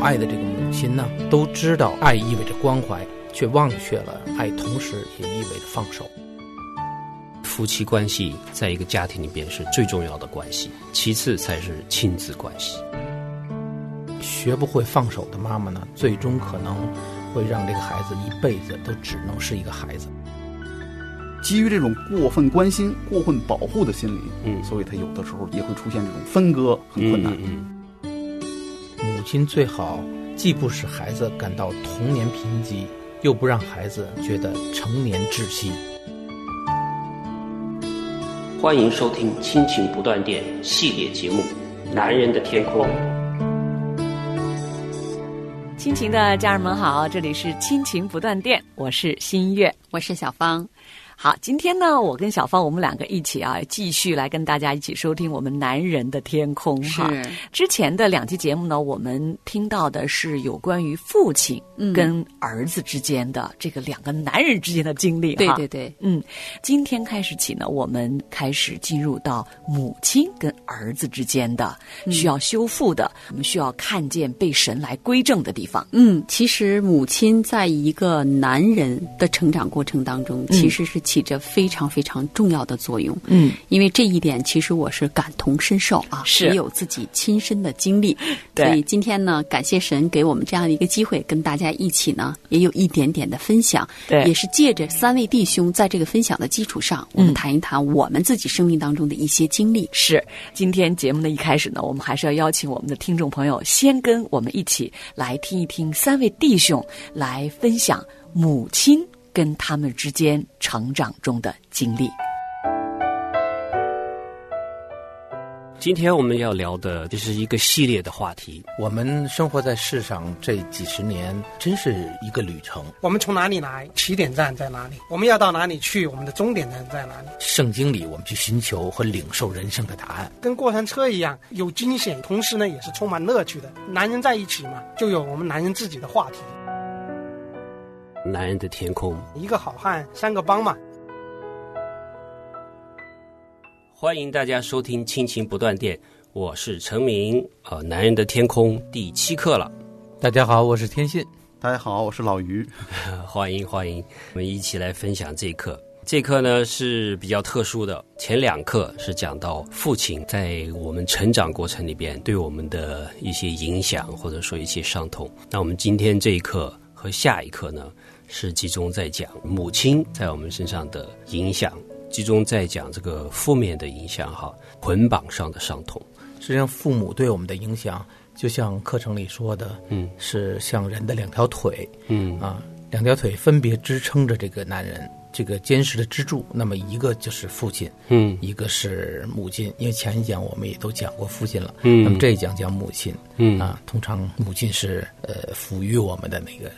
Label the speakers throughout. Speaker 1: 爱的这个母亲呢，都知道爱意味着关怀，却忘却了爱同时也意味着放手。
Speaker 2: 夫妻关系在一个家庭里边是最重要的关系，其次才是亲子关系。
Speaker 1: 学不会放手的妈妈呢，最终可能会让这个孩子一辈子都只能是一个孩子。
Speaker 3: 基于这种过分关心、过分保护的心理，
Speaker 2: 嗯
Speaker 3: 所以他有的时候也会出现这种分割，很困难。
Speaker 2: 嗯
Speaker 1: 母亲最好既不使孩子感到童年贫瘠，又不让孩子觉得成年窒息。
Speaker 2: 嗯欢迎收听《亲情不断电》系列节目《男人的天空》。
Speaker 4: 亲情的家人们好，这里是亲情不断电，我是新月，我是小芳。好，今天呢，我跟小芳我们两个一起啊，继续来跟大家一起收听我们《男人的天空》哈。之前的两期节目呢，我们听到的是有关于父亲
Speaker 5: 嗯
Speaker 4: 跟儿子之间的、这个两个男人之间的经历哈。
Speaker 5: 对对对，
Speaker 4: 嗯，今天开始起呢，我们开始进入到母亲跟儿子之间的需要修复的，我们需要看见被神来归正的地方。
Speaker 5: 嗯，其实母亲在一个男人的成长过程当中，其实是起着非常非常重要的作用。
Speaker 4: 嗯，
Speaker 5: 因为这一点，其实我是感同身受啊，
Speaker 4: 是
Speaker 5: 也有自己亲身的经历。
Speaker 4: 对
Speaker 5: 所以今天呢，感谢神给我们这样一个机会，跟大家一起呢，也有一点点的分享。
Speaker 4: 对
Speaker 5: 也是借着三位弟兄在这个分享的基础上，我
Speaker 4: 嗯
Speaker 5: 们谈一谈我们自己生命当中的一些经历。
Speaker 4: 是，今天节目的一开始呢，我们还是要邀请我们的听众朋友，先跟我们一起来听一听三位弟兄来分享母亲跟他们之间成长中的经历。
Speaker 2: 今天我们要聊的就是一个系列的话题，
Speaker 1: 我们生活在世上这几十年，真是一个旅程。
Speaker 6: 我们从哪里来，起点站在哪里，我们要到哪里去，我们的终点站在哪里，
Speaker 1: 圣经里，我们去寻求和领受人生的答案。
Speaker 6: 跟过山车一样，有惊险，同时呢也是充满乐趣的。男人在一起嘛，就有我们男人自己的话题。
Speaker 2: 《男人的天空》。
Speaker 6: 一个好汉三个帮嘛，
Speaker 2: 欢迎大家收听《亲情不断电》，我是陈明，呃，《男人的天空》第七课了。
Speaker 1: 大家好，我是天信。
Speaker 3: 大家好，我是老于。
Speaker 2: 欢迎欢迎，我们一起来分享这一课。这课呢是比较特殊的，前两课是讲到父亲在我们成长过程里边对我们的一些影响，或者说一些伤痛。那我们今天这一课和下一课呢，是集中在讲母亲在我们身上的影响，集中在讲这个负面的影响哈，捆绑上的伤痛。
Speaker 1: 实际上，父母对我们的影响，就像课程里说的，
Speaker 2: 嗯
Speaker 1: 是像人的两条腿
Speaker 2: 嗯
Speaker 1: 啊，两条腿分别支撑着这个男人这个坚实的支柱。那么，一个就是父亲，
Speaker 2: 嗯
Speaker 1: 一个是母亲。因为前一讲我们也都讲过父亲了，
Speaker 2: 嗯
Speaker 1: 那么这一讲讲母亲
Speaker 2: 嗯
Speaker 1: 啊。通常母亲是呃抚育我们的那个人。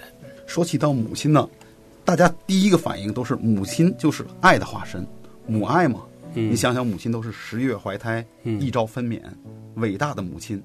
Speaker 3: 说起到母亲呢，大家第一个反应都是母亲就是爱的化身，母爱嘛。
Speaker 2: 嗯
Speaker 3: 你想想，母亲都是十月怀胎，一朝分娩，伟大的母亲，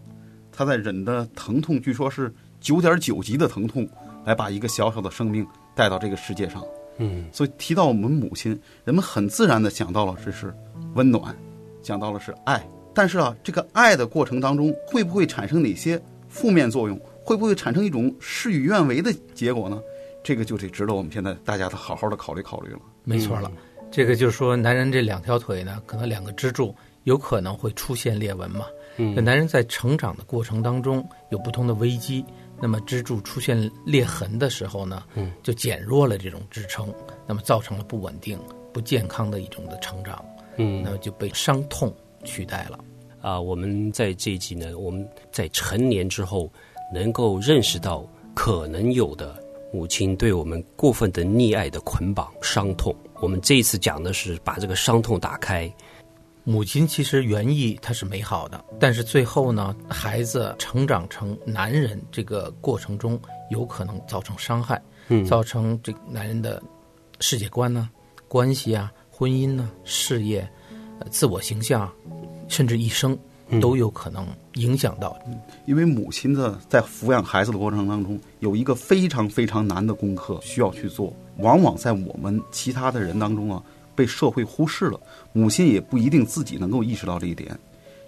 Speaker 3: 她在忍的疼痛，据说是九点九级的疼痛，来把一个小小的生命带到这个世界上。
Speaker 2: 嗯
Speaker 3: 所以提到我们母亲，人们很自然的想到了这是温暖，想到了是爱。但是啊，这个爱的过程当中，会不会产生哪些负面作用？会不会产生一种事与愿违的结果呢？这个就得值得我们现在大家的好好的考虑考虑了。
Speaker 1: 没错
Speaker 2: 嗯
Speaker 1: 了，这个就是说，男人这两条腿呢，可能两个支柱有可能会出现裂纹嘛。
Speaker 2: 嗯
Speaker 1: 那男人在成长的过程当中有不同的危机，那么支柱出现裂痕的时候呢，
Speaker 2: 嗯，
Speaker 1: 就减弱了这种支撑，那么造成了不稳定、不健康的一种的成长，
Speaker 2: 嗯
Speaker 1: 那么就被伤痛取代了。
Speaker 2: 啊，我们在这一集呢，我们在成年之后能够认识到可能有的母亲对我们过分的溺爱的捆绑、伤痛。我们这一次讲的是把这个伤痛打开，
Speaker 1: 母亲其实原意它是美好的，但是最后呢，孩子成长成男人这个过程中，有可能造成伤害，
Speaker 2: 嗯
Speaker 1: 造成这个男人的世界观呢、关系啊、婚姻呢、事业、呃自我形象啊，甚至一生都有可能影响到。
Speaker 3: 因为母亲的在抚养孩子的过程当中，有一个非常非常难的功课需要去做，往往在我们其他的人当中啊，被社会忽视了。母亲也不一定自己能够意识到这一点，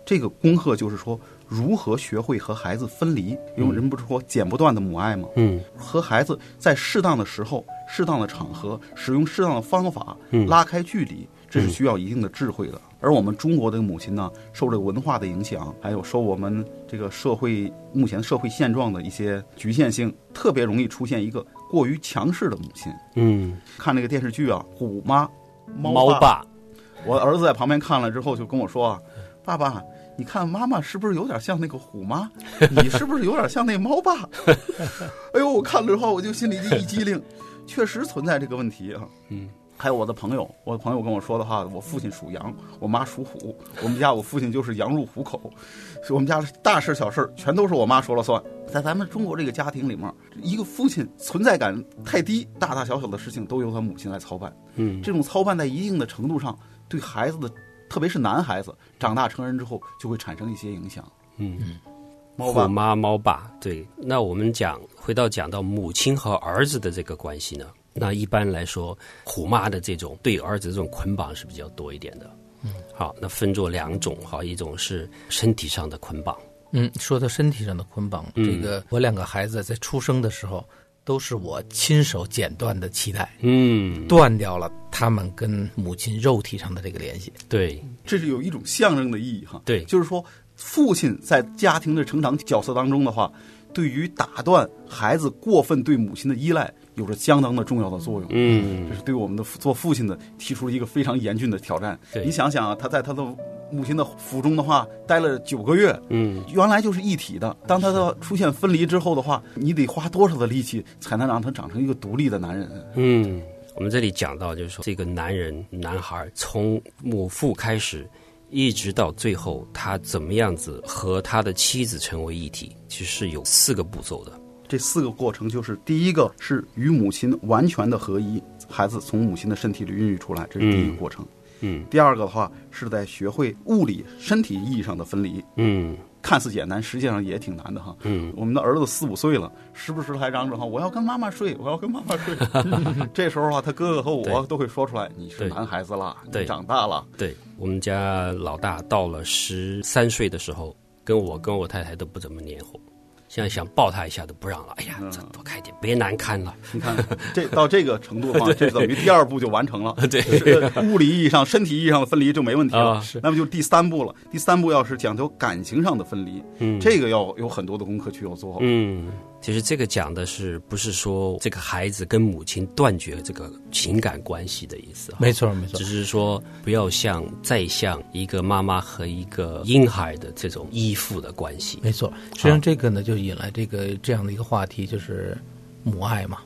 Speaker 3: 这个功课就是说，如何学会和孩子分离。因为人不是说剪不断的母爱吗？
Speaker 2: 嗯
Speaker 3: 和孩子在适当的时候、适当的场合，使用适当的方法
Speaker 2: 嗯，
Speaker 3: 拉开距离，这是需要一定的智慧的。而我们中国的母亲呢，受这个文化的影响，还有受我们这个社会目前社会现状的一些局限性，特别容易出现一个过于强势的母亲。
Speaker 2: 嗯，
Speaker 3: 看那个电视剧啊，《虎妈》
Speaker 2: 猫
Speaker 3: 爸，
Speaker 2: 爸，
Speaker 3: 我儿子在旁边看了之后就跟我说啊：“爸爸，你看妈妈是不是有点像那个虎妈？你是不是有点像那猫爸？”哎呦，我看了之后我就心里就一激灵， 确实存在这个问题啊。
Speaker 2: 嗯。
Speaker 3: 还有我的朋友，我的朋友跟我说的话，我父亲属羊，我妈属虎，我们家我父亲就是羊入虎口，所以我们家大事小事全都是我妈说了算。在咱们中国这个家庭里面，一个父亲存在感太低，大大小小的事情都由他母亲来操办。
Speaker 2: 嗯，
Speaker 3: 这种操办在一定的程度上对孩子的，特别是男孩子长大成人之后，就会产生一些影响。
Speaker 2: 嗯，
Speaker 3: 猫
Speaker 2: 虎
Speaker 3: 爸，
Speaker 2: 妈猫爸，对。那我们讲，回到讲到母亲和儿子的这个关系呢，那一般来说，虎妈的这种对儿子这种捆绑是比较多一点的。嗯，好，那分作两种，好，一种是身体上的捆绑，
Speaker 1: 嗯，说到身体上的捆绑，这个我两个孩子在出生的时候都是我亲手剪断的脐带，
Speaker 2: 嗯，
Speaker 1: 断掉了他们跟母亲肉体上的这个联系。
Speaker 2: 对，
Speaker 3: 这是有一种象征的意义哈。
Speaker 2: 对
Speaker 3: 就是说，父亲在家庭的成长角色当中的话，对于打断孩子过分对母亲的依赖，有着相当的重要的作用。
Speaker 2: 嗯
Speaker 3: 这，是对我们的父做父亲的提出了一个非常严峻的挑战。
Speaker 2: 对
Speaker 3: 你想想啊，他在他的母亲的腹中的话，待了九个月，
Speaker 2: 嗯，
Speaker 3: 原来就是一体的。当他的出现分离之后的话，你得花多少的力气才能让他长成一个独立的男人？
Speaker 2: 嗯，我们这里讲到，就是说这个男人、男孩从母父开始，一直到最后，他怎么样子和他的妻子成为一体，其实是有四个步骤的。
Speaker 3: 这四个过程就是：第一个是与母亲完全的合一，孩子从母亲的身体里孕育出来，这是第一个过程。
Speaker 2: 嗯
Speaker 3: 第二个的话是在学会物理身体意义上的分离，
Speaker 2: 嗯
Speaker 3: 看似简单，实际上也挺难的哈。
Speaker 2: 嗯
Speaker 3: 我们的儿子四五岁了，时不时还嚷着哈，我要跟妈妈睡，我要跟妈妈 睡。这时候啊，他哥哥和我
Speaker 2: 对
Speaker 3: 都会说出来，你是
Speaker 2: 对
Speaker 3: 男孩子啦，
Speaker 2: 对
Speaker 3: 你长大了。
Speaker 2: 对我们家老大到了十三岁的时候，跟我跟我太太都不怎么黏糊，现在想抱他一下都不让了。哎呀，这躲开一点，别难堪了。
Speaker 3: 你看，这到这个程 度的话，这等于第二步就完成了。
Speaker 2: 对
Speaker 3: 就是物理意义上、身体意义上的分离就没问题了。
Speaker 2: 啊是
Speaker 3: 那么就第三步了。第三步要是讲究感情上的分离，
Speaker 2: 嗯
Speaker 3: 这个要有很多的功课去要做。
Speaker 2: 嗯，其实这个讲的是不是说这个孩子跟母亲断绝这个情感关系的意思？
Speaker 1: 没错，没错
Speaker 2: 只，是说不要像再像一个妈妈和一个婴孩的这种依附的关系。
Speaker 1: 没错。实际上，这个呢，就引来这个这样的一个话题，就是母爱嘛。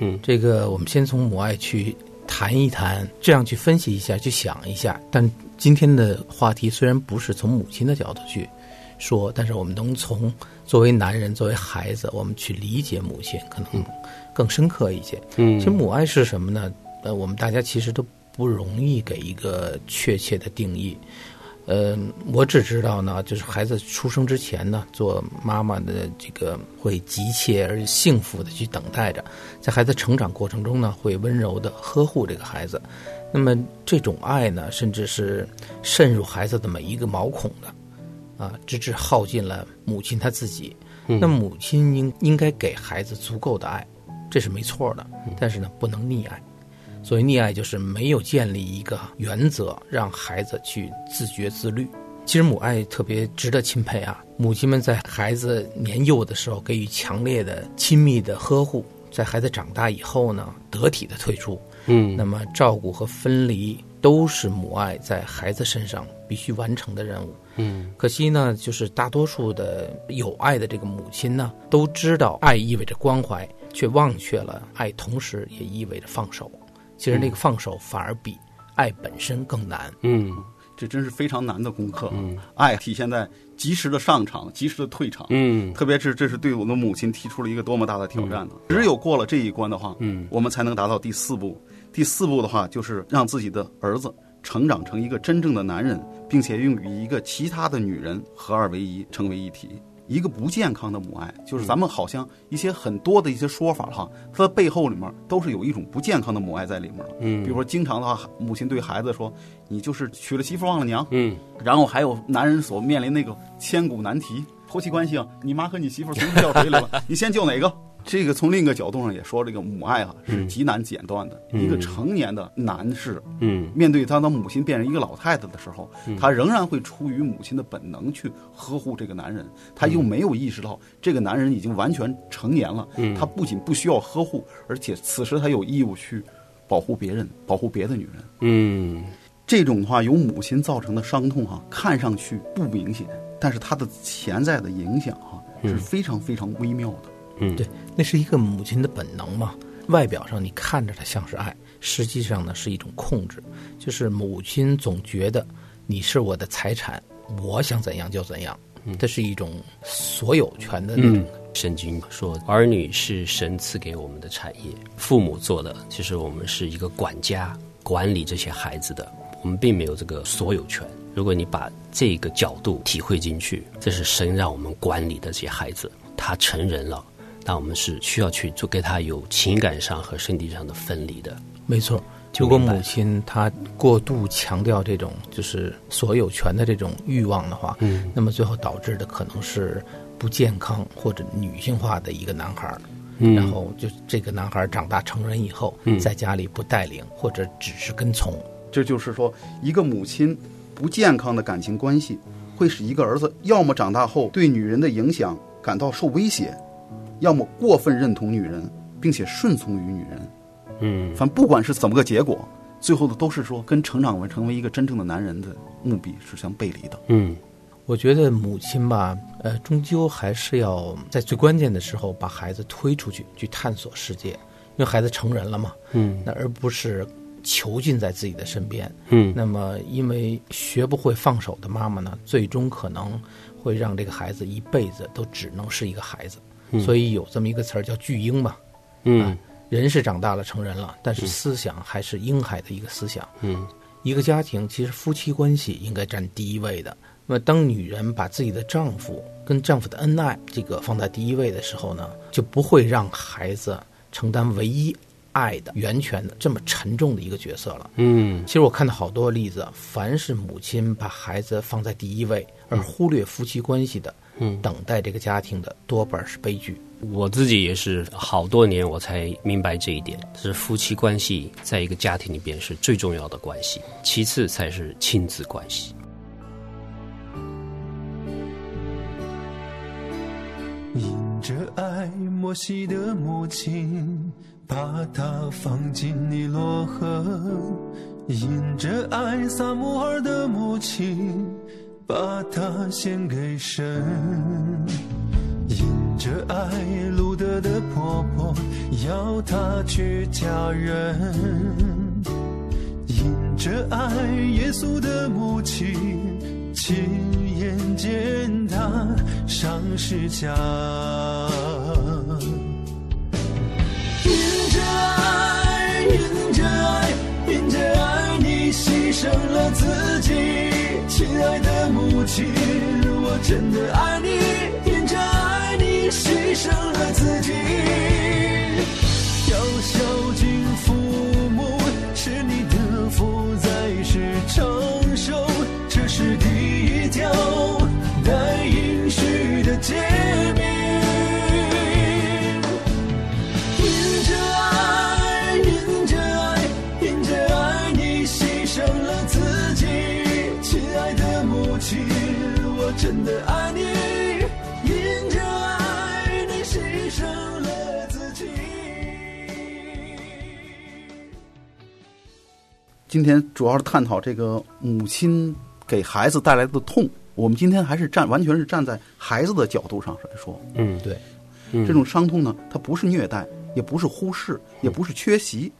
Speaker 2: 嗯，
Speaker 1: 这个我们先从母爱去谈一谈，这样去分析一下，去想一下。但今天的话题虽然不是从母亲的角度去说，但是我们能从作为男人、作为孩子，我们去理解母亲，可能更深刻一些。
Speaker 2: 嗯
Speaker 1: 其实母爱是什么呢？呃，我们大家其实都不容易给一个确切的定义。呃，我只知道呢，就是孩子出生之前呢，做妈妈的这个会急切而幸福的去等待着，在孩子成长过程中呢，会温柔的呵护这个孩子。那么这种爱呢，甚至是渗入孩子的每一个毛孔的，啊，直至耗尽了母亲她自己。那母亲应应该给孩子足够的爱，这是没错的。但是呢，不能溺爱。所谓溺爱，就是没有建立一个原则，让孩子去自觉自律。其实母爱特别值得钦佩啊！母亲们在孩子年幼的时候给予强烈的、亲密的呵护，在孩子长大以后呢，得体的退出。
Speaker 2: 嗯
Speaker 1: 那么照顾和分离都是母爱在孩子身上必须完成的任务。
Speaker 2: 嗯
Speaker 1: 可惜呢，就是大多数的有爱的这个母亲呢，都知道爱意味着关怀，却忘却了爱同时也意味着放手。其实那个放手反而比爱本身更难。
Speaker 2: 嗯
Speaker 3: 这真是非常难的功课。啊爱体现在及时的上场、及时的退场。
Speaker 2: 嗯
Speaker 3: 特别是这是对我们母亲提出了一个多么大的挑战呢？只有过了这一关的话，
Speaker 2: 嗯
Speaker 3: 我们才能达到第四步。第四步的话，就是让自己的儿子成长成一个真正的男人，并且用与一个其他的女人合二为一，成为一体。一个不健康的母爱，就是咱们好像一些很多的一些说法哈，它的背后里面都是有一种不健康的母爱在里面了。
Speaker 2: 嗯
Speaker 3: 比如说，经常的话，母亲对孩子说：“你就是娶了媳妇忘了娘。”
Speaker 2: 嗯，
Speaker 3: 然后还有男人所面临那个千古难题，婆媳关系啊，你妈和你媳妇儿同时掉水里了，你先救哪个？这个从另一个角度上也说，这个母爱啊是极难剪断的。一个成年的男士
Speaker 2: 嗯
Speaker 3: 面对他的母亲变成一个老太太的时候，他仍然会出于母亲的本能去呵护这个男人，他又没有意识到这个男人已经完全成年了，他不仅不需要呵护，而且此时他有义务去保护别人，保护别的女人。
Speaker 2: 嗯
Speaker 3: 这种的话由母亲造成的伤痛哈、看上去不明显，但是它的潜在的影响哈、是非常非常微妙的。
Speaker 2: 嗯，
Speaker 1: 对，那是一个母亲的本能嘛。外表上你看着她像是爱，实际上呢是一种控制，就是母亲总觉得你是我的财产，我想怎样就怎样，这是一种所有权的那种
Speaker 2: 嗯，圣经说儿女是神赐给我们的产业，父母做的，其实我们是一个管家，管理这些孩子的，我们并没有这个所有权。如果你把这个角度体会进去，这是神让我们管理的这些孩子，他成人了，那我们是需要去做跟他有情感上和身体上的分离的。
Speaker 1: 没错，
Speaker 2: 就
Speaker 1: 如果
Speaker 2: 明白
Speaker 1: 母亲她过度强调这种就是所有权的这种欲望的话，
Speaker 2: 嗯，
Speaker 1: 那么最后导致的可能是不健康或者女性化的一个男孩儿。
Speaker 2: 嗯
Speaker 1: 然后就这个男孩儿长大成人以后，
Speaker 2: 嗯
Speaker 1: 在家里不带领或者只是跟从，
Speaker 3: 这就是说，一个母亲不健康的感情关系，会使一个儿子要么长大后对女人的影响感到受威胁，要么过分认同女人，并且顺从于女人。
Speaker 2: 嗯
Speaker 3: 反正不管是怎么个结果，最后的都是说跟成长为成为一个真正的男人的目的是相背离的。
Speaker 2: 嗯
Speaker 1: 我觉得母亲吧，呃，终究还是要在最关键的时候把孩子推出去，去探索世界，因为孩子成人了嘛，
Speaker 2: 嗯
Speaker 1: 那而不是囚禁在自己的身边。
Speaker 2: 嗯
Speaker 1: 那么，因为学不会放手的妈妈呢，最终可能会让这个孩子一辈子都只能是一个孩子。所以有这么一个词儿叫“巨婴”嘛，
Speaker 2: 嗯
Speaker 1: 人是长大了，成人了，但是思想还是婴孩的一个思想。
Speaker 2: 嗯
Speaker 1: 一个家庭其实夫妻关系应该占第一位的。那么，当女人把自己的丈夫跟丈夫的恩爱这个放在第一位的时候呢，就不会让孩子承担唯一爱的源泉的这么沉重的一个角色了。
Speaker 2: 嗯
Speaker 1: 其实我看到好多例子，凡是母亲把孩子放在第一位，而忽略夫妻关系的，
Speaker 2: 嗯。
Speaker 1: 等待这个家庭的，多半是悲剧。
Speaker 2: 我自己也是好多年我才明白这一点，是夫妻关系在一个家庭里边是最重要的关系，其次才是亲子关系。
Speaker 7: 因着爱默契的母亲，把它放进尼罗河；因着爱撒母耳的母亲，把它献给神。因着爱路德的婆婆，要她去嫁人。因着爱耶稣的母亲，亲眼见他上十字架。因着爱，因着爱，因着爱你牺牲了自己，亲爱的母亲，我真的爱你。因着爱你牺牲了自己，要孝敬父母，是你的福在世长寿，这是第一条带应许的诫命。因着爱，因着爱，因着爱你牺牲了自己，亲爱的母亲，我真的爱你。因着爱，你牺牲了自己。
Speaker 3: 今天主要是探讨这个母亲给孩子带来的痛。我们今天还是站完全是站在孩子的角度上来说，
Speaker 2: 嗯
Speaker 1: 对，
Speaker 3: 这种伤痛呢，它不是虐待，也不是忽视，也不是缺席，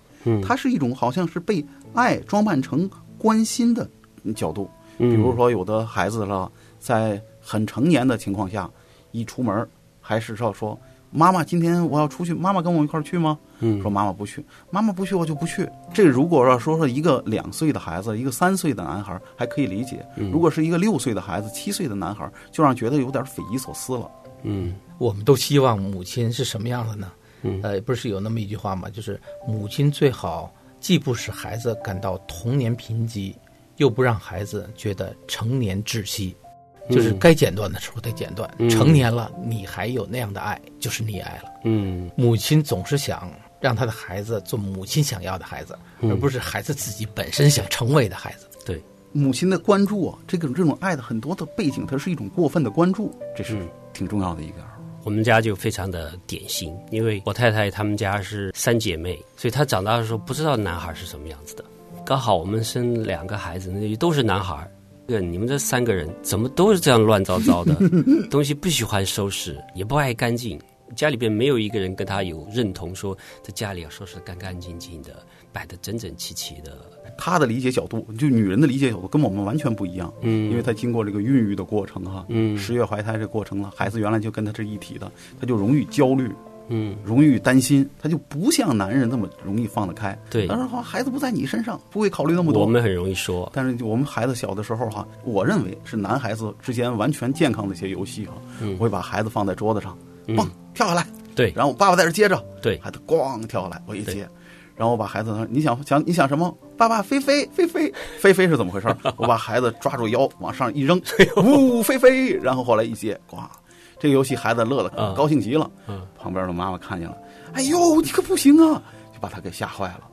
Speaker 3: 它是一种好像是被爱装扮成关心的角度。比如说，有的孩子了，在很成年的情况下，一出门儿还是要说：“妈妈，今天我要出去，妈妈跟我一块儿去吗？”说妈妈不去，妈妈不去，我就不去。这如果要说说一个两岁的孩子，一个三岁的男孩还可以理解；如果是一个六岁的孩子、七岁的男孩，就让人觉得有点匪夷所思了。
Speaker 2: 嗯
Speaker 1: 我们都希望母亲是什么样的呢？
Speaker 2: 嗯
Speaker 1: 呃，不是有那么一句话吗？就是母亲最好既不使孩子感到童年贫瘠，又不让孩子觉得成年窒息。就是
Speaker 2: 嗯
Speaker 1: 该剪断的时候得剪断，
Speaker 2: 嗯
Speaker 1: 成年了你还有那样的爱，就是溺爱了。
Speaker 2: 嗯
Speaker 1: 母亲总是想让她的孩子做母亲想要的孩子，
Speaker 2: 嗯
Speaker 1: 而不是孩子自己本身想成为的孩子。
Speaker 2: 对，
Speaker 3: 母亲的关注啊，这种这种爱的很多的背景，它是一种过分的关注，这
Speaker 2: 嗯
Speaker 3: 是挺重要的一个。
Speaker 2: 我们家就非常的典型，因为我太太她们家是三姐妹，所以她长大的时候不知道男孩是什么样子的。刚好我们生两个孩子，那就都是男孩儿。对，你们这三个人怎么都是这样乱糟糟的？ 东西不喜欢收拾，也不爱干净，家里边没有一个人跟他有认同说，在家里要收拾得干干净净的，摆得整整齐齐的。
Speaker 3: 她的理解角度，就女人的理解角度跟我们完全不一样，
Speaker 2: 嗯
Speaker 3: 因为她经过这个孕育的过程哈、
Speaker 2: 嗯
Speaker 3: 十月怀胎这过程了，啊孩子原来就跟她是一体的，她就容易焦虑，
Speaker 2: 嗯
Speaker 3: 容易担心，她就不像男人那么容易放得开。
Speaker 2: 对
Speaker 3: 当然哈，孩子不在你身上，不会考虑那么多。
Speaker 2: 我们很容易说，
Speaker 3: 但是就我们孩子小的时候哈、我认为是男孩子之间完全健康的一些游戏哈、
Speaker 2: 嗯
Speaker 3: 我会把孩子放在桌子上，
Speaker 2: 嗯
Speaker 3: 蹦跳下来，
Speaker 2: 对
Speaker 3: 然后我爸爸在这接着，
Speaker 2: 对
Speaker 3: 孩子咣跳下来，我一
Speaker 2: 对
Speaker 3: 接，然后我把孩子说你想想你想什么？爸爸飞飞飞飞飞飞是怎么回事？我把孩子抓住腰往上一扔，呜飞飞，然后后来一接，呱，这个游戏孩子乐
Speaker 2: 啊
Speaker 3: 了，高兴极了。
Speaker 2: 嗯
Speaker 3: 旁边的妈妈看见了，哎呦，你可不行啊，就把他给吓坏了。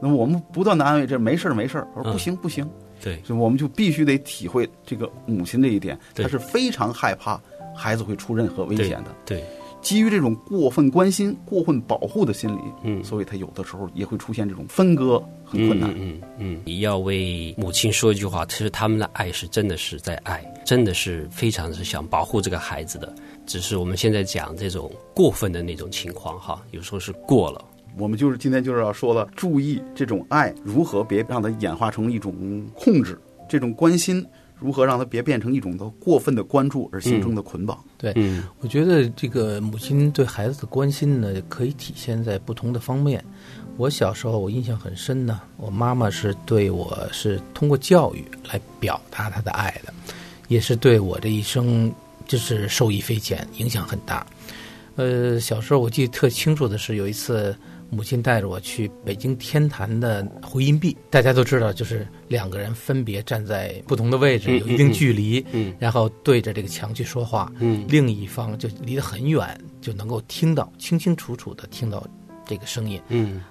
Speaker 3: 那么我们不断的安慰，这没事儿没事儿。我说
Speaker 2: 嗯
Speaker 3: 不行不行，
Speaker 2: 对
Speaker 3: 所以我们就必须得体会这个母亲这一点，
Speaker 2: 对
Speaker 3: 她是非常害怕孩子会出任何危
Speaker 2: 对
Speaker 3: 险的。
Speaker 2: 对，
Speaker 3: 基于这种过分关心、过分保护的心理，
Speaker 2: 嗯
Speaker 3: 所以他有的时候也会出现这种分割，很困难。
Speaker 2: 嗯嗯嗯，你要为母亲说一句话，其实他们的爱是真的是在爱，真的是非常是想保护这个孩子的。只是我们现在讲这种过分的那种情况哈，有时候是过了。
Speaker 3: 我们就是今天就是要说了，注意这种爱如何别让它演化成一种控制，这种关心如何让它别变成一种的过分的关注而形成的捆绑。
Speaker 1: 对，
Speaker 2: 嗯
Speaker 1: 我觉得这个母亲对孩子的关心呢，可以体现在不同的方面。我小时候我印象很深呢，我妈妈是对我是通过教育来表达她的爱的，也是对我这一生就是受益匪浅，影响很大。呃，小时候我记得特清楚的是，有一次母亲带着我去北京天坛的回音壁，大家都知道，就是两个人分别站在不同的位置，有一定距离，
Speaker 2: 嗯
Speaker 1: 然后对着这个墙去说话，
Speaker 2: 嗯
Speaker 1: 另一方就离得很远，就能够听到清清楚楚的听到这个声音。
Speaker 2: 嗯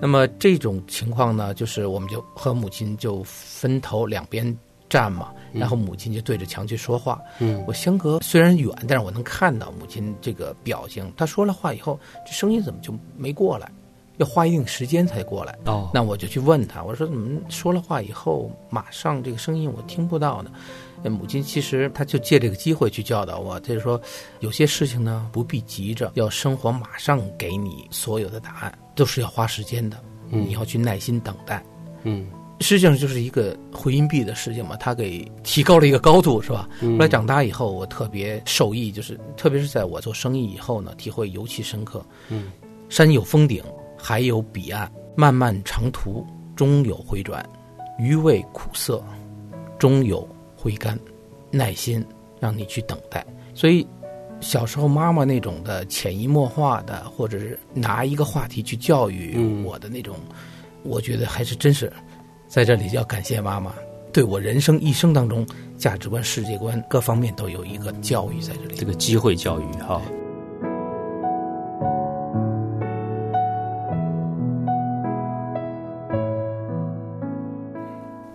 Speaker 1: 那么这种情况呢，就是我们就和母亲就分头两边站嘛，然后母亲就对着墙去说话。
Speaker 2: 嗯
Speaker 1: 我相隔虽然远，但是我能看到母亲这个表情。她说了话以后，这声音怎么就没过来？要花一定时间才过来。
Speaker 2: 哦
Speaker 1: 那我就去问她，我说怎么说了话以后，马上这个声音我听不到呢？呃母亲其实她就借这个机会去教导我，就是说，有些事情呢不必急着要生活马上给你所有的答案，都是要花时间的，你要去耐心等待。
Speaker 2: 嗯
Speaker 1: 实际上就是一个回音壁的事情嘛，它给提高了一个高度，是吧？
Speaker 2: 嗯
Speaker 1: 后来长大以后，我特别受益，就是特别是在我做生意以后呢，体会尤其深刻。
Speaker 2: 嗯，
Speaker 1: 山有峰顶，海有彼岸，漫漫长途终有回转，余味苦涩，终有回甘。耐心让你去等待，所以。小时候，妈妈那种的潜移默化的，或者是拿一个话题去教育
Speaker 2: 嗯
Speaker 1: 我的那种，我觉得还是真是在这里要感谢妈妈，对我人生一生当中价值观、世界观各方面都有一个教育在这里。
Speaker 2: 这个机会教育哈。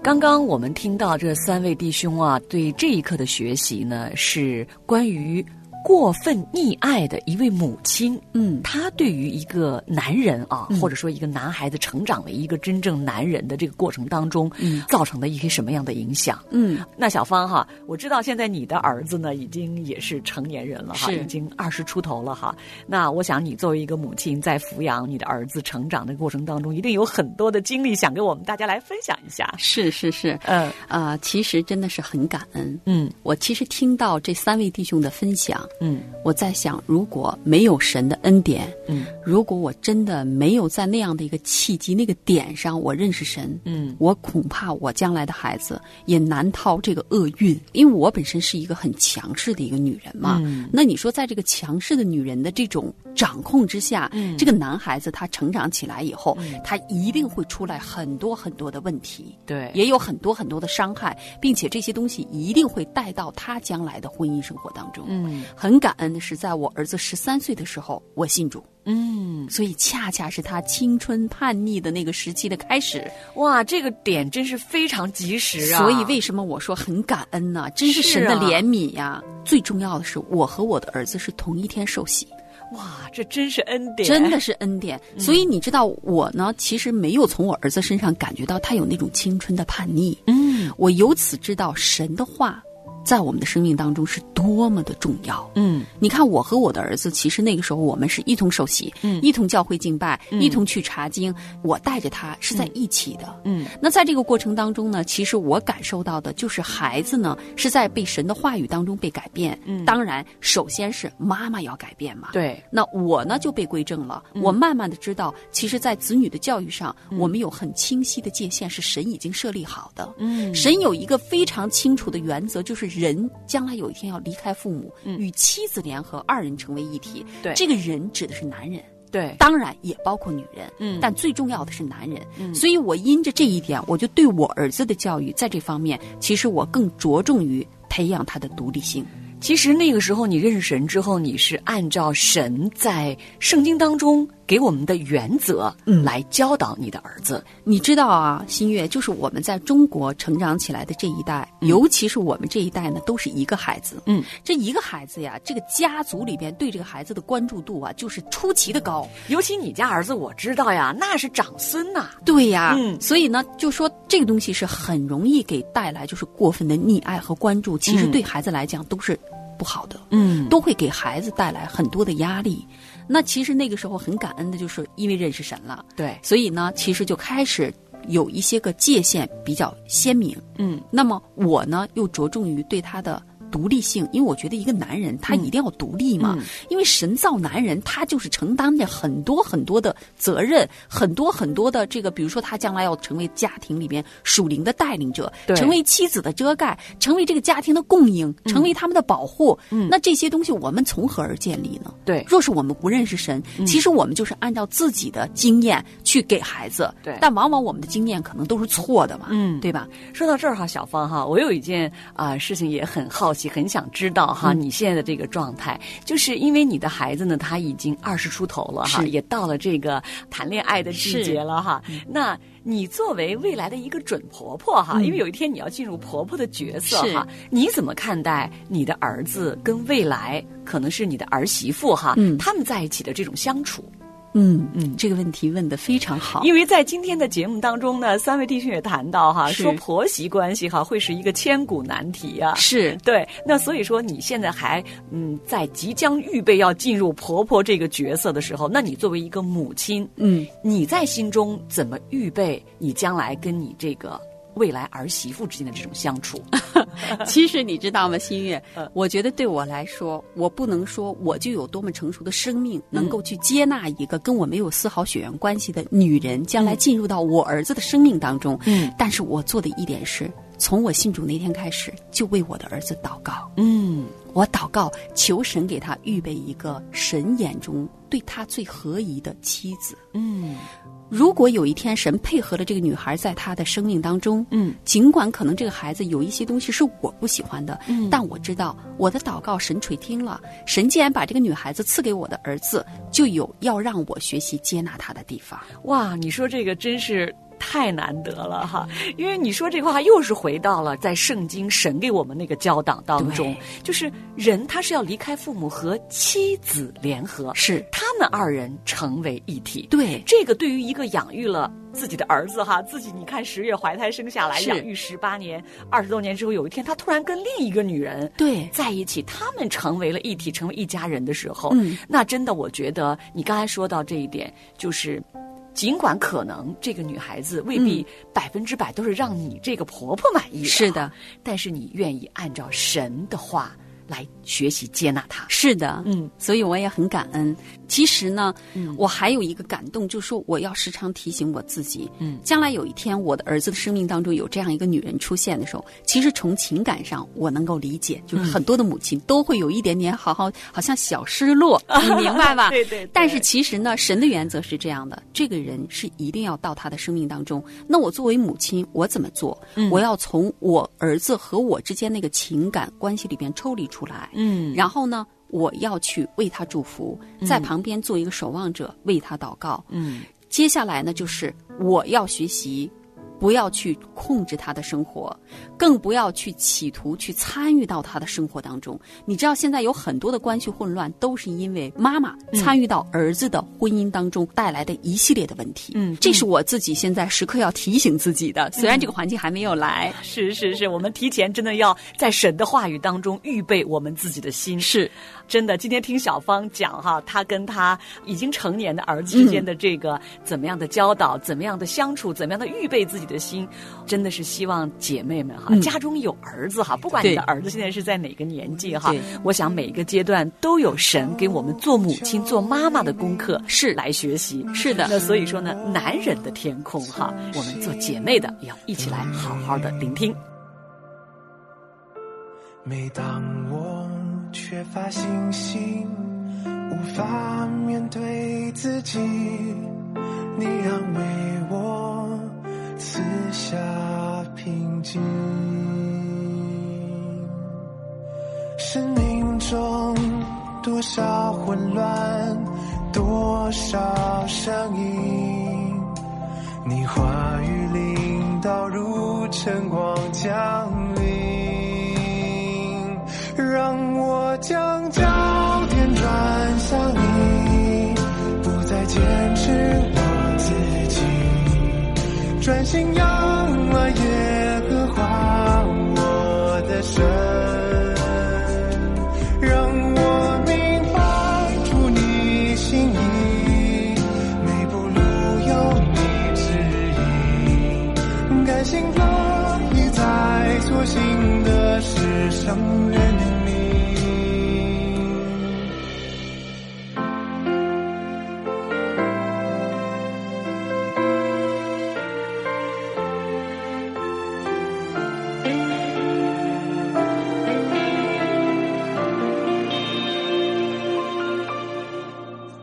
Speaker 4: 刚刚我们听到这三位弟兄啊，对这一课的学习呢，是关于过分溺爱的一位母亲。
Speaker 5: 嗯
Speaker 4: 她对于一个男人啊，或者说一个男孩子成长为一个真正男人的这个过程当中，
Speaker 5: 嗯
Speaker 4: 造成的一些什么样的影响？
Speaker 5: 嗯，
Speaker 4: 那小芳哈，我知道现在你的儿子呢，已经也是成年人了哈，
Speaker 5: 是
Speaker 4: 已经二十出头了哈。那我想你作为一个母亲，在抚养你的儿子成长的过程当中，一定有很多的经历想跟我们大家来分享一下。
Speaker 5: 是是是，呃
Speaker 4: 嗯
Speaker 5: 啊、其实真的是很感恩。
Speaker 4: 嗯
Speaker 5: 我其实听到这三位弟兄的分享，
Speaker 4: 嗯
Speaker 5: 我在想，如果没有神的恩典，
Speaker 4: 嗯
Speaker 5: 如果我真的没有在那样的一个契机、那个点上，我认识神，
Speaker 4: 嗯
Speaker 5: 我恐怕我将来的孩子也难逃这个厄运，因为我本身是一个很强势的一个女人嘛。
Speaker 4: 嗯
Speaker 5: 那你说，在这个强势的女人的这种掌控之下，
Speaker 4: 嗯
Speaker 5: 这个男孩子他成长起来以后，他一定会出来很多很多的问题，
Speaker 4: 对，
Speaker 5: 也有很多很多的伤害，并且这些东西一定会带到他将来的婚姻生活当中。
Speaker 4: 嗯
Speaker 5: 很感恩的是，在我儿子十三岁的时候，我信主，
Speaker 4: 嗯，
Speaker 5: 所以恰恰是他青春叛逆的那个时期的开始。
Speaker 4: 哇，这个点真是非常及时啊！
Speaker 5: 所以为什么我说很感恩呢、真是神的
Speaker 4: 是啊
Speaker 5: 怜悯呀、最重要的是，我和我的儿子是同一天受洗，
Speaker 4: 哇，这真是恩典，嗯
Speaker 5: 真的是恩典。所以你知道，我呢其实没有从我儿子身上感觉到他有那种青春的叛逆。
Speaker 4: 嗯，
Speaker 5: 我由此知道神的话在我们的生命当中是多么的重要。
Speaker 4: 嗯
Speaker 5: 你看，我和我的儿子，其实那个时候我们是一同受洗，
Speaker 4: 嗯
Speaker 5: 一同教会敬拜，
Speaker 4: 嗯
Speaker 5: 一同去查经。我带着他是在一起的。
Speaker 4: 嗯
Speaker 5: 那在这个过程当中呢，其实我感受到的就是孩子呢是在被神的话语当中被改变。
Speaker 4: 嗯
Speaker 5: 当然，首先是妈妈要改变嘛。。
Speaker 4: 对，
Speaker 5: 那我呢就被归正了。
Speaker 4: 嗯
Speaker 5: 我慢慢的知道，其实，在子女的教育上，我们有很清晰的界限，是神已经设立好的。
Speaker 4: 嗯
Speaker 5: 神有一个非常清楚的原则，就是人将来有一天要离开父母，与妻子联合，二人成为一体。
Speaker 4: 嗯对
Speaker 5: 这个人指的是男人，
Speaker 4: 对，
Speaker 5: 当然也包括女人，
Speaker 4: 嗯
Speaker 5: 但最重要的是男人。
Speaker 4: 嗯
Speaker 5: 所以我因着这一点，我就对我儿子的教育在这方面，其实我更着重于培养他的独立性。
Speaker 4: 其实那个时候你认识神之后，你是按照神在圣经当中给我们的原则
Speaker 5: 嗯
Speaker 4: 来教导你的儿子。
Speaker 5: 你知道啊，新月就是我们在中国成长起来的这一代，尤其是我们这一代呢，都是一个孩子。
Speaker 4: 嗯，
Speaker 5: 这一个孩子呀，这个家族里边对这个孩子的关注度啊，就是出奇的高。
Speaker 4: 尤其你家儿子，我知道呀，那是长孙呐、
Speaker 5: 对呀，
Speaker 4: 嗯
Speaker 5: 所以呢，就说这个东西是很容易给带来就是过分的溺爱和关注，其实
Speaker 4: 嗯
Speaker 5: 对孩子来讲都是不好的。
Speaker 4: 嗯
Speaker 5: 都会给孩子带来很多的压力。那其实那个时候很感恩的，就是因为认识神了，
Speaker 4: 对，
Speaker 5: 所以呢，其实就开始有一些个界限比较鲜明。
Speaker 4: 嗯
Speaker 5: 那么我呢，又着重于对他的独立性，因为我觉得一个男人他一定要独立嘛，
Speaker 4: 嗯
Speaker 5: 因为神造男人，他就是承担着很多很多的责任，很多很多的这个，比如说他将来要成为家庭里面属灵的带领者
Speaker 4: 对，嗯
Speaker 5: 成为妻子的遮盖，成为这个家庭的供应，成为他们的保护。那这些东西我们从何而建立呢？
Speaker 4: 对嗯
Speaker 5: 若是我们不认识神，其实我们就是按照自己的经验去给孩子，
Speaker 4: 对
Speaker 5: 但往往我们的经验可能都是错的嘛，
Speaker 4: 嗯
Speaker 5: 对吧？
Speaker 4: 说到这儿哈，小芳哈，我有一件啊、事情也很好奇，很想知道哈、你现在的这个状态，就是因为你的孩子呢，他已经二十出头了哈，
Speaker 5: 是
Speaker 4: 也到了这个谈恋爱的季节了哈。那你作为未来的一个准婆婆哈，因为有一天你要进入婆婆的角色
Speaker 5: 是
Speaker 4: 哈，你怎么看待你的儿子跟未来可能是你的儿媳妇哈，
Speaker 5: 嗯
Speaker 4: 他们在一起的这种相处？
Speaker 5: 嗯
Speaker 4: 嗯
Speaker 5: 这个问题问得非常好，
Speaker 4: 因为在今天的节目当中呢，三位弟兄也谈到哈，
Speaker 5: 是
Speaker 4: 说婆媳关系哈会是一个千古难题啊。
Speaker 5: 是
Speaker 4: 对，那所以说你现在还嗯，在即将预备要进入婆婆这个角色的时候，那你作为一个母亲，
Speaker 5: 嗯。
Speaker 4: 你在心中怎么预备你将来跟你这个未来儿媳妇之间的这种相处？
Speaker 5: 其实你知道吗，新月
Speaker 4: 嗯？
Speaker 5: 我觉得对我来说，我不能说我就有多么成熟的生命，能够去接纳一个跟我没有丝毫血缘关系的女人，将来进入到我儿子的生命当中。
Speaker 4: 嗯，
Speaker 5: 但是我做的一点是，从我信主那天开始，就为我的儿子祷告。
Speaker 4: 嗯
Speaker 5: 我祷告，求神给他预备一个神眼中对他最合宜的妻子。
Speaker 4: 嗯
Speaker 5: 如果有一天神配合了这个女孩在她的生命当中，
Speaker 4: 嗯，
Speaker 5: 尽管可能这个孩子有一些东西是我不喜欢的，嗯，但我知道我的祷告神垂听了，神既然把这个女孩子赐给我的儿子，就有要让我学习接纳她的地方。
Speaker 4: 哇，你说这个真是。太难得了哈，因为你说这话又是回到了在圣经神给我们那个教导当中
Speaker 5: 对，
Speaker 4: 就是人他是要离开父母和妻子联合，
Speaker 5: 是
Speaker 4: 他们二人成为一体。
Speaker 5: 对，
Speaker 4: 这个对于一个养育了自己的儿子哈，自己你看十月怀胎生下来，
Speaker 5: 是
Speaker 4: 养育十八年、二十多年之后，有一天他突然跟另一个女人
Speaker 5: 对
Speaker 4: 在一起，他们成为了一体，成为一家人的时候，
Speaker 5: 嗯
Speaker 4: 那真的我觉得你刚才说到这一点，就是。尽管可能这个女孩子未必百分之百嗯都是让你这个婆婆满意的，
Speaker 5: 是的，
Speaker 4: 但是你愿意按照神的话来学习接纳它。
Speaker 5: 是的，
Speaker 4: 嗯，
Speaker 5: 所以我也很感恩。其实呢，我还有一个感动，就是说我要时常提醒我自己，
Speaker 4: 嗯
Speaker 5: 将来有一天我的儿子的生命当中有这样一个女人出现的时候，其实从情感上我能够理解，
Speaker 4: 嗯
Speaker 5: 就是很多的母亲都会有一点点好好好像小 失落，你明白吧？
Speaker 4: 对对对
Speaker 5: 但是其实呢，神的原则是这样的：这个人是一定要到他的生命当中。那我作为母亲，我怎么做？
Speaker 4: 嗯
Speaker 5: 我要从我儿子和我之间那个情感关系里边抽离出来。
Speaker 4: 嗯
Speaker 5: 然后呢，我要去为他祝福，在旁边做一个守望者，为他祷告。
Speaker 4: 嗯
Speaker 5: 接下来呢，就是我要学习，不要去控制他的生活，更不要去企图去参与到他的生活当中。你知道，现在有很多的关系混乱，都是因为妈妈参与到儿子的婚姻当中带来的一系列的问题。
Speaker 4: 嗯
Speaker 5: 这是我自己现在时刻要提醒自己的。虽然这个环境还没有来，
Speaker 4: 是是是，我们提前真的要在神的话语当中预备我们自己的心。
Speaker 5: 是
Speaker 4: 真的，今天听小芳讲哈，她跟她已经成年的儿子
Speaker 5: 嗯
Speaker 4: 之间的这个怎么样的教导，怎么样的相处，怎么样的预备自己的心，真的是希望姐妹们哈，
Speaker 5: 嗯
Speaker 4: 家中有儿子哈，不管你
Speaker 5: 对
Speaker 4: 的儿子现在是在哪个年纪哈
Speaker 5: 对，
Speaker 4: 我想每一个阶段都有神给我们做母亲、做妈妈的功课
Speaker 5: 是
Speaker 4: 来学习。
Speaker 5: 是的
Speaker 4: 那所以说呢，男人的天空哈，我们做姐妹的也要一起来好好的聆听。
Speaker 7: 每当我缺乏信心，无法面对自己，你安慰我，赐下平静。生命中多少混乱，多少声音，你话语领导如晨光降临，让我将焦点转向你，不再坚持我自己，专心仰望耶和华我的神。让我明白出你心意，每步路有你指引，甘心乐意在所行的事上认命。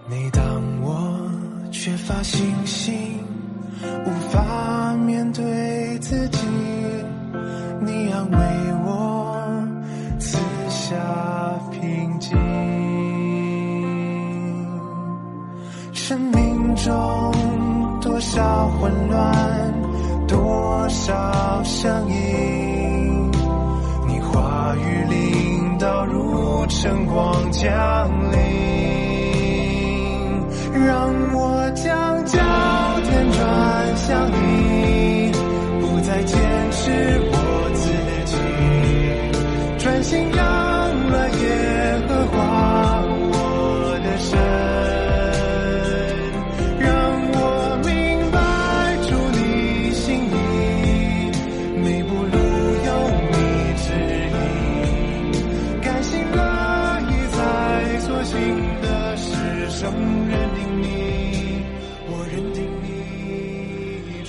Speaker 7: 每当我缺乏信心，无法面对自己，你安慰我，赐下平静。生命中多少混乱，多少声音，你话语领导如晨光降临，让我将焦点转向你，不再坚持我自己，专心仰望耶和华我的神。让我明白出你心意，每步路有你指引，甘心乐意在所行的事上认定你，我认定你。主